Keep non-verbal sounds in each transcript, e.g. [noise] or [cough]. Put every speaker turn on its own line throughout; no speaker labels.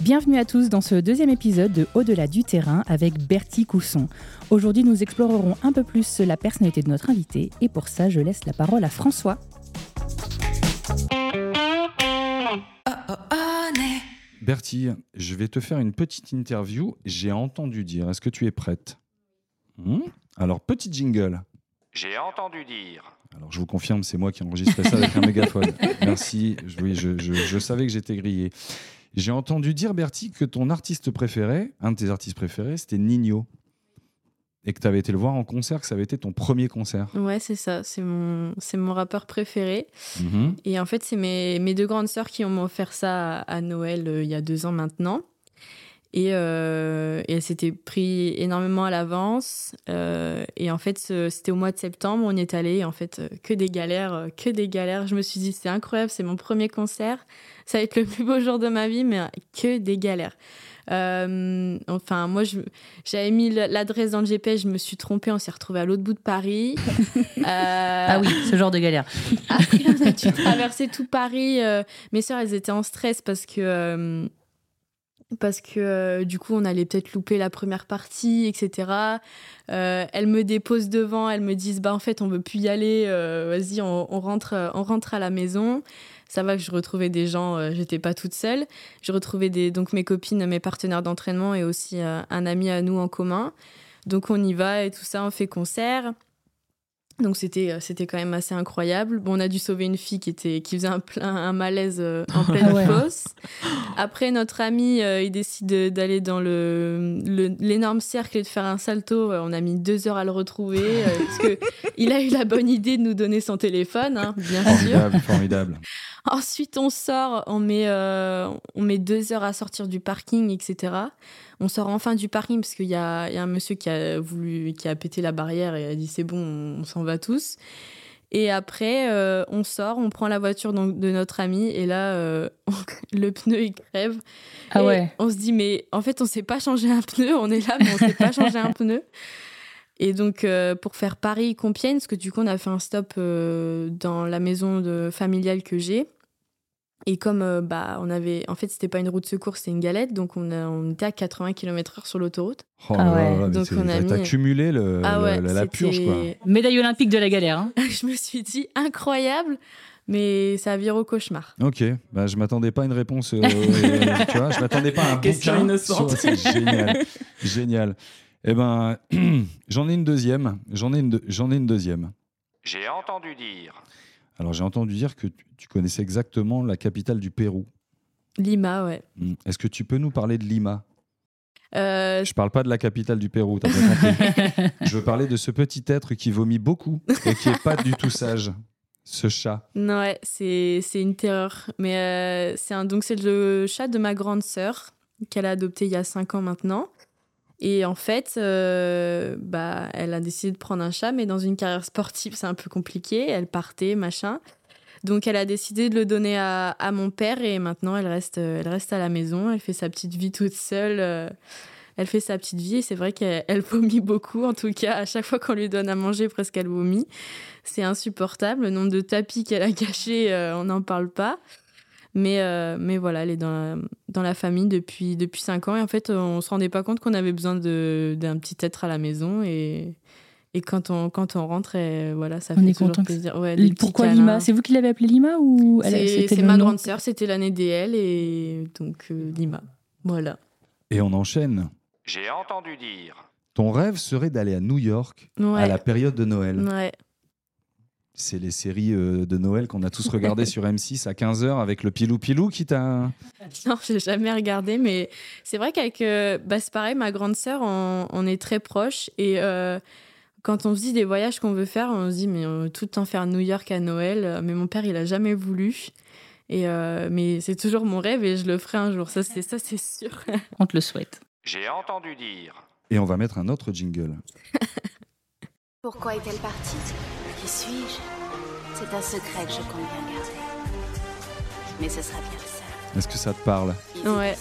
Bienvenue à tous dans ce deuxième épisode de Au-delà du terrain avec Bertie Cousson. Aujourd'hui, nous explorerons un peu plus la personnalité de notre invité et pour ça, je laisse la parole à François.
Bertie, je vais te faire une petite interview. J'ai entendu dire. Est-ce que tu es prête Hmm Alors, petit jingle.
J'ai entendu dire.
Alors, je vous confirme, c'est moi qui enregistrais ça avec un
[laughs]
mégaphone. Merci. Je- Oui, je, je- je savais que j'étais grillé. J'ai entendu dire, Bertie, que ton artiste préféré, un de tes artistes préférés, c'était Nino. Et que tu avais été le voir en concert, que ça avait été ton premier concert.
Ouais, c'est ça. C'est mon, c'est mon rappeur préféré.
Mhm.
Et en fait, c'est mes, mes deux grandes sœurs qui ont offert ça à, à Noël euh, il y a deux ans maintenant. Et, euh, et elle s'était pris énormément à l'avance. Euh, et en fait, ce- c'était au mois de septembre, on y est allé. Et En fait, euh, que des galères, euh, que des galères. Je me suis dit, c'est incroyable, c'est mon premier concert. Ça va être le plus beau jour de ma vie, mais euh, que des galères. Euh, enfin, moi, je- j'avais mis le- l'adresse dans le GPS, je me suis trompée, on s'est retrouvés à l'autre bout de
[laughs]
Paris. Euh,
Ah oui, ce genre de galère.
[laughs] après, on a dû traverser tout Paris. euh, mes sœurs, elles étaient en stress parce que. euh, parce que euh, du coup, on allait peut-être louper la première partie, etc. Euh, elles me déposent devant, elles me disent Bah, en fait, on veut plus y aller, euh, vas-y, on, on rentre, euh, on rentre à la maison. Ça va que je retrouvais des gens, euh, j'étais pas toute seule. Je retrouvais des, donc mes copines, mes partenaires d'entraînement et aussi euh, un ami à nous en commun. Donc, on y va et tout ça, on fait concert. Donc c'était euh, c'était quand même assez incroyable. Bon, on a dû sauver une fille qui était qui faisait un plein un malaise euh, en pleine
[laughs] Ah ouais.
fosse. Après notre ami euh, il décide de- d'aller dans le le- l'énorme cercle et de faire un salto. Euh, On a mis deux heures à le retrouver euh, parce que [laughs] il a eu la bonne idée de nous donner son téléphone, hein, bien sûr.
Formidable, formidable.
[laughs] Ensuite, on sort, on met, euh, on met deux heures à sortir du parking, etc. On sort enfin du parking parce qu'il y a, il y a un monsieur qui a voulu, qui a pété la barrière et a dit c'est bon, on, s'en va tous. Et après, euh, on sort, on prend la voiture donc, de notre ami et là, euh, [laughs] le pneu il crève. Et On se dit, mais en fait, on sait pas changer un pneu. On est là, mais on sait pas changer un pneu. Et donc, euh, pour faire Paris-Compiègne, parce que du coup, on a fait un stop euh, dans la maison de, familiale que j'ai. Et comme euh, bah, on avait. En fait, c'était pas une route secours, c'était une galette. Donc, on, a- on était à 80 km/h sur l'autoroute.
Oh
Ah
là là
ouais.
là, mais
Donc,
c'est-
on a
t'as
mis- Ah
cumulé le, le- Euh, la, la purge, quoi.
c'était-
Médaille olympique de la galère.
Euh,
hein.
[laughs] Je me suis dit, incroyable, mais ça vire au cauchemar.
Ok, bah, je m'attendais pas à une
[laughs]
réponse. euh, euh, tu vois, je m'attendais pas à un
Question
bouquin
innocente.
sur- c'est génial, génial. Eh ben, [clears throat] j'en ai une deuxième. J'en ai une, deux- j'en ai une deuxième.
J'ai entendu dire.
Alors j'ai entendu dire que tu, tu connaissais exactement la capitale du Pérou.
Lima, ouais.
Hmm. Est-ce que tu peux nous parler de Lima
Euh,
Je parle pas de la capitale du Pérou. t'as bien
[laughs]
compris. je veux parler de ce petit être qui vomit beaucoup et qui est pas du tout sage. Ce chat.
Non, ouais, c'est c'est une terreur. Mais euh, c'est un, donc c'est le chat de ma grande sœur qu'elle a adopté il y a 5 ans maintenant. Et en fait, euh, bah, elle a décidé de prendre un chat, mais dans une carrière sportive, c'est un peu compliqué. Elle partait, machin. Donc elle a décidé de le donner à, à mon père et maintenant elle reste, euh, elle reste à la maison. Elle fait sa petite vie toute seule. euh, elle fait sa petite vie et c'est vrai qu'elle elle vomit beaucoup. En tout cas, à chaque fois qu'on lui donne à manger, presque elle vomit. C'est insupportable. Le nombre de tapis qu'elle a [laughs] cachés, euh, on n'en parle pas. Mais, euh, mais voilà, elle est dans la, dans la famille depuis, depuis 5 ans. Et en fait, on ne se rendait pas compte qu'on avait besoin de- d'un petit être à la maison. Et, et quand, on, quand on rentre, et voilà, ça
On
fait
est
toujours
content que-
plaisir. Ouais, des petits
Pourquoi
câlins.
Lima C'est vous qui l'avez appelé Lima ou elle-
C'est
c'était
c'est
le
ma
nom
grande sœur, c'était l'année DL et donc euh, Lima. Voilà.
Et on enchaîne.
J'ai entendu dire.
Ton rêve serait d'aller à New York à
Ouais.
la période de Noël.
Ouais.
C'est les séries euh, de Noël qu'on a
[laughs]
tous regardées sur M6 à 15h avec le pilou-pilou qui t'a.
[laughs] Non, j'ai jamais regardé, mais c'est vrai qu'avec. euh, bah, c'est pareil, ma grande sœur, on, on est très proches. Et euh, quand on se dit des voyages qu'on veut faire, on se dit, mais on veut tout le temps faire New York à Noël. Euh, Mais mon père, il a jamais voulu. Et euh, mais c'est toujours mon rêve et je le ferai un jour. Ça, c'est ça,
[laughs]
c'est sûr.
On te le souhaite.
J'ai entendu dire.
Et on va mettre un autre jingle.
Pourquoi est-elle partie Qui suis-je C'est un secret que je compte bien garder. Mais ce sera bien le
Est-ce que ça te parle
seul.
Ouais.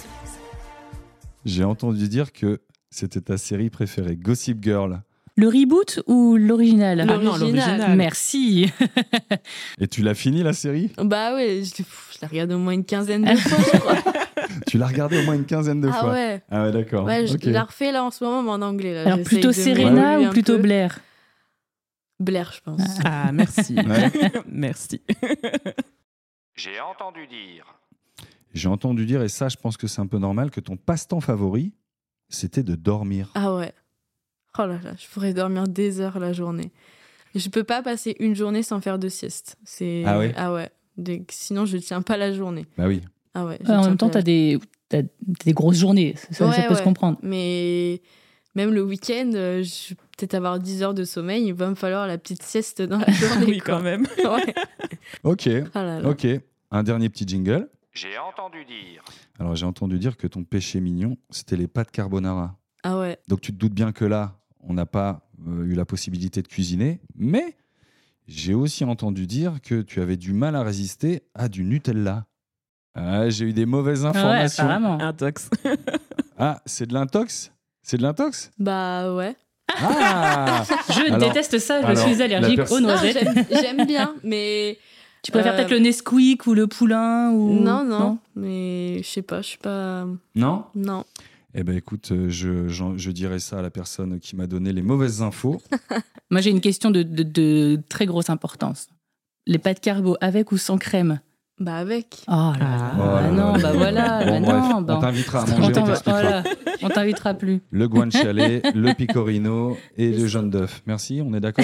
J'ai entendu dire que c'était ta série préférée, Gossip Girl.
Le reboot ou l'original Euh,
Ah non, L'original. l'original.
Merci.
Et tu l'as fini la série
Bah ouais, je, l'ai- pff, je la regarde au moins une quinzaine de fois, je crois.
Tu l'as regardé au moins une quinzaine de
Ah
fois.
ouais.
Ah ouais, d'accord.
Ouais, je
Ok.
la refais là en ce moment, mais en anglais. là.
Alors
J'essaye
plutôt
de
Serena
m'évoluer
ou
un
plutôt
peu.
Blair
Blair, je pense.
Ah,
[laughs]
merci.
Ouais.
merci.
J'ai entendu dire.
J'ai entendu dire, et ça, je pense que c'est un peu normal, que ton passe-temps favori, c'était de dormir.
Ah ouais. Oh là là, je pourrais dormir des heures la journée. Je peux pas passer une journée sans faire de sieste. C'est
Ah ouais
Ah ouais. Dès que- Sinon, je tiens pas la journée.
Bah oui.
Ah ouais. je
En
tiens
même temps,
pas la-
t'as des, t'as- t'as des grosses journées, ça, ça- ça
Ouais,
peut se
ouais.
comprendre.
Mais même le week-end, euh, je vais peut-être avoir 10 heures de sommeil. Il va me falloir la petite sieste dans
[laughs] Ah
la journée.
oui,
quoi.
quand même.
Ouais.
Ok,
Ah là là.
ok. Un dernier petit jingle.
J'ai entendu dire.
Alors, j'ai entendu dire que ton péché mignon, c'était les pâtes carbonara.
Ah ouais.
Donc, tu te doutes bien que là, on n'a pas euh, eu la possibilité de cuisiner, mais j'ai aussi entendu dire que tu avais du mal à résister à du Nutella. Ah, j'ai eu des mauvaises
Ouais,
informations.
apparemment.
Intox.
ah, c'est de l'intox C'est de l'intox
Bah ouais.
Ah
[laughs] Je
Alors-
déteste ça, je
alors,
suis allergique
la pers-
aux
Non,
Ah,
noisettes.
j'aime j'aime bien, mais
Tu préfères
Euh,
peut-être le Nesquik ou le poulain ou...
non, non, Mais je sais pas, je suis pas.
Non
Non.
Eh ben écoute, euh, je, j'en- je dirai ça à la personne qui m'a donné les mauvaises infos.
Moi, j'ai une question de, de- de très grosse importance. Les pâtes carbo avec ou sans crème
Bah avec.
Oh là là,
Ah,
bah
là
non,
là
bah
là.
voilà, bah
Bon, bref,
non, bah
on
[laughs]
t'invitera à
on
manger, on
t'en-
t'expliquera.
voilà, on t'invitera plus. [laughs]
Le guanciale, le pecorino et le jaune d'œuf. Merci, on est
[laughs]
d'accord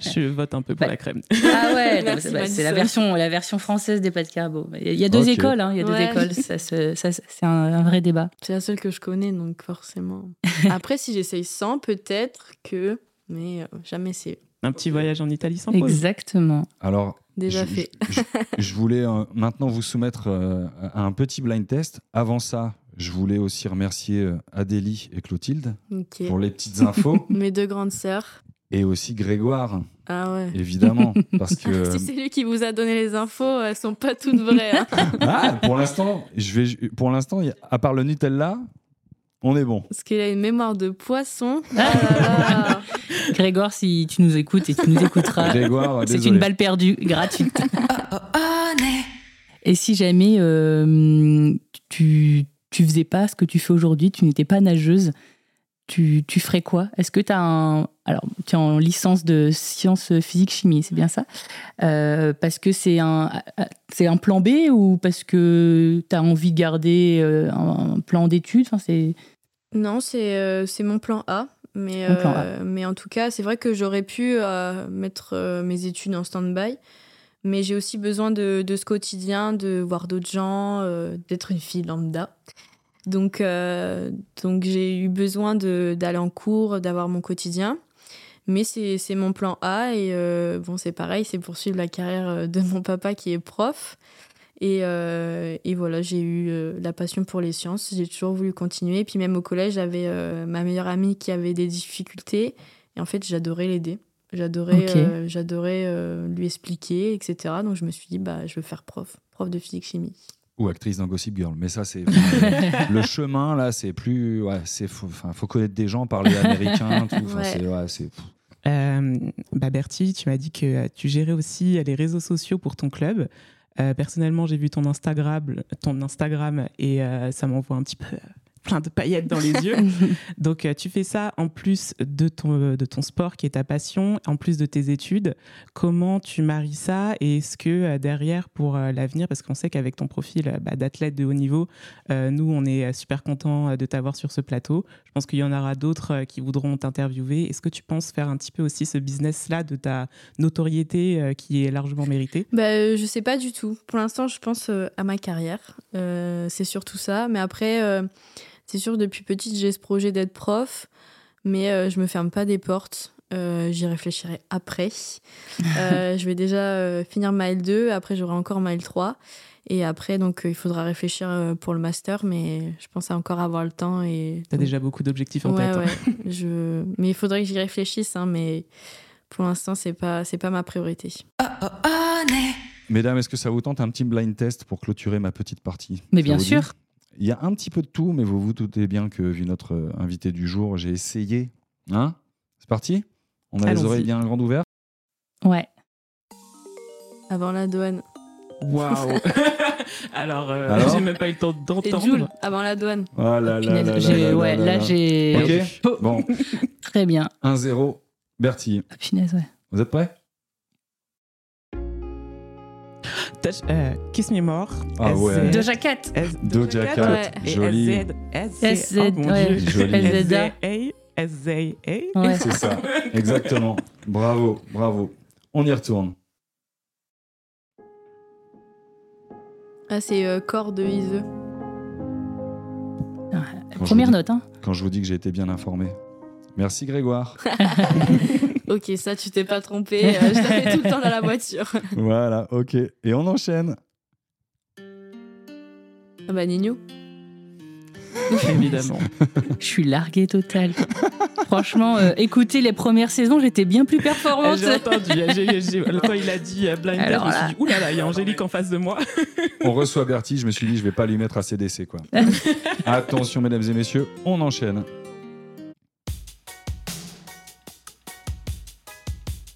Je vote un peu pour la crème.
Ah
[laughs]
ouais, non,
Merci,
c'est bah, c'est
Madison.
la version, la version française des pâtes carbo. Il y a deux
Ok.
écoles, hein, il y a
Ouais.
deux écoles, ça, se- ça, se- c'est un, un vrai débat.
C'est la seule que je connais, donc forcément. Après, si j'essaye sans, peut-être que. Mais euh, jamais c'est
Un petit voyage en Italie sans pause.
Exactement.
Alors,
déjà
je,
fait.
je- je- je voulais euh, maintenant vous soumettre euh, à un petit blind test. Avant ça, je voulais aussi remercier euh, Adélie et Clotilde
Ok. [laughs]
pour les petites infos
Mes deux grandes sœurs.
et aussi Grégoire,
Ah ouais. [laughs]
évidemment, parce que
Si Ah, c'est lui qui vous a donné les infos, elles sont pas toutes vraies. hein.
Ah, pour l'instant, je vais pour l'instant, il y a- à part le Nutella, on est bon.
Parce qu'il a une mémoire de poisson. Ah là là.
Grégoire, si tu nous écoutes et tu
[laughs]
nous écouteras,
Grégoire,
Ah. c'est
Ah, désolé.
une balle perdue, gratuite. Et si jamais euh, tu, tu faisais pas ce que tu fais aujourd'hui, tu n'étais pas nageuse, tu, tu ferais quoi Est-ce que tu as un. Alors, tu es en licence de sciences physique-chimie, c'est bien ça Euh, Parce que c'est un, c'est un plan B ou parce que tu as envie de garder euh, un, un plan d'études enfin, c'est...
Non, c'est euh, c'est mon plan A. Mais,
Ton plan A.
euh, mais en tout cas, c'est vrai que j'aurais pu euh, mettre euh, mes études en stand-by. Mais j'ai aussi besoin de, de ce quotidien, de voir d'autres gens, euh, d'être une fille lambda. Donc, euh, donc j'ai eu besoin de- d'aller en cours, d'avoir mon quotidien. Mais c'est c'est mon plan A. Et euh, bon, c'est pareil, c'est poursuivre la carrière euh, de mon papa qui est prof. Et, euh, et voilà, j'ai eu euh, la passion pour les sciences, j'ai toujours voulu continuer. Et puis même au collège, j'avais euh, ma meilleure amie qui avait des difficultés. Et en fait, j'adorais l'aider. J'adorais
Ok.
euh, j'adorais euh, lui expliquer, etc. Donc je me suis dit, bah, je veux faire prof, prof de physique-chimie.
Ou actrice dans Gossip Girl, mais ça c'est
[laughs]
le chemin là, c'est plus, ouais, c'est faut, enfin, faut connaître des gens, parler américain, tout. Enfin,
Ouais.
c'est- ouais, c'est- pff.
Euh, bah Bertie, tu m'as dit que euh, tu gérais aussi euh, les réseaux sociaux pour ton club. Euh, personnellement, j'ai vu ton Instagram, ton Instagram et euh, ça m'envoie un petit peu euh, plein de paillettes dans les yeux. Donc, euh, tu fais ça en plus de ton, euh, de ton sport qui est ta passion, en plus de tes études. Comment tu maries ça et est-ce que euh, derrière, pour euh, l'avenir, parce qu'on sait qu'avec ton profil euh, bah, d'athlète de haut niveau, euh, nous, on est euh, super contents euh, de t'avoir sur ce plateau. Je pense qu'il y en aura d'autres euh, qui voudront t'interviewer. Est-ce que tu penses faire un petit peu aussi ce business-là de ta notoriété euh, qui est largement méritée
Bah, euh, je sais pas du tout. Pour l'instant, je pense euh, à ma carrière. Euh, c'est surtout ça. Mais après, euh, c'est sûr, depuis petite, j'ai ce projet d'être prof. Mais euh, je me ferme pas des portes. Euh, J'y réfléchirai
[laughs]
après. Euh, je vais déjà euh, finir ma L2. Après, j'aurai encore ma L3. Et après, donc, euh, il faudra réfléchir euh, pour le master. Mais je pense à encore avoir le temps. Et...
Tu as déjà beaucoup d'objectifs en
Ouais,
tête. hein.
ouais. je... Mais il faudrait que j'y réfléchisse. hein, mais pour l'instant, c'est pas, c'est pas ma priorité.
Mesdames, est-ce que ça vous tente un petit blind test pour clôturer ma petite partie
Mais
Ça
bien
vous dit
sûr.
Il y a un petit peu de tout, mais vous vous doutez bien que vu notre euh, invité du jour, j'ai essayé, hein C'est parti On a les
Allons-y.
oreilles bien grandes ouvertes.
Ouais.
Avant la douane.
[laughs]
Waouh Alors, euh,
Alors
j'ai même pas eu le temps
Et
d'entendre.
Jules, avant la douane.
Ah là là là
Punaise,
là
j'ai-
là
ouais,
là
là,
là.
j'ai.
euh,
Ok
Oh, [laughs]
Bon,
Très bien.
1-0, Bertie.
Ah, punaise, ouais.
Vous êtes prêts
Touch- euh, Kiss Me More.
Ah ouais.
SZ,
Doja Cat.
S-
Doja
Cat,
Cat,
ouais.
et
joli.
SZ,
SZ,
SZ, oh mon
ouais.
Dieu.
Joli.
[laughs] SZA.
SZA, SZA.
Ouais.
C'est ça, exactement. Bravo, bravo. On y retourne.
Ah, c'est euh, corps de Iseux.
Quand je, vous
Première
dis,
note, hein.
quand je vous dis que j'ai été bien informé.
[laughs]
Merci Grégoire.
[laughs] Ok, ça, tu t'es pas trompé. euh, je t'avais tout le temps dans la voiture.
voilà, ok. Et on enchaîne.
Ah bah, Nino.
[laughs]
Évidemment.
Je suis larguée totale. Franchement, euh, écoutez, les premières saisons, j'étais bien plus performante.
Eh, J'ai entendu. j'ai- j'ai- le temps il a dit euh, Blind Date, je
Alors
me
là.
suis dit, oulala, il y a Angélique en face de moi.
On reçoit Bertie, je me suis dit, je vais pas lui mettre à CDC, quoi. Attention, mesdames et messieurs, on enchaîne.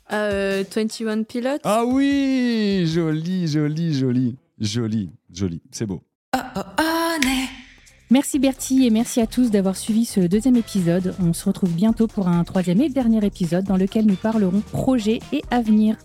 Ah, euh, 21 Pilots.
Ah oui Joli, joli, joli. Joli, joli. C'est beau.
Merci Bertie et merci à tous d'avoir suivi ce deuxième épisode. On se retrouve bientôt pour un troisième et dernier épisode dans lequel nous parlerons projet et avenir.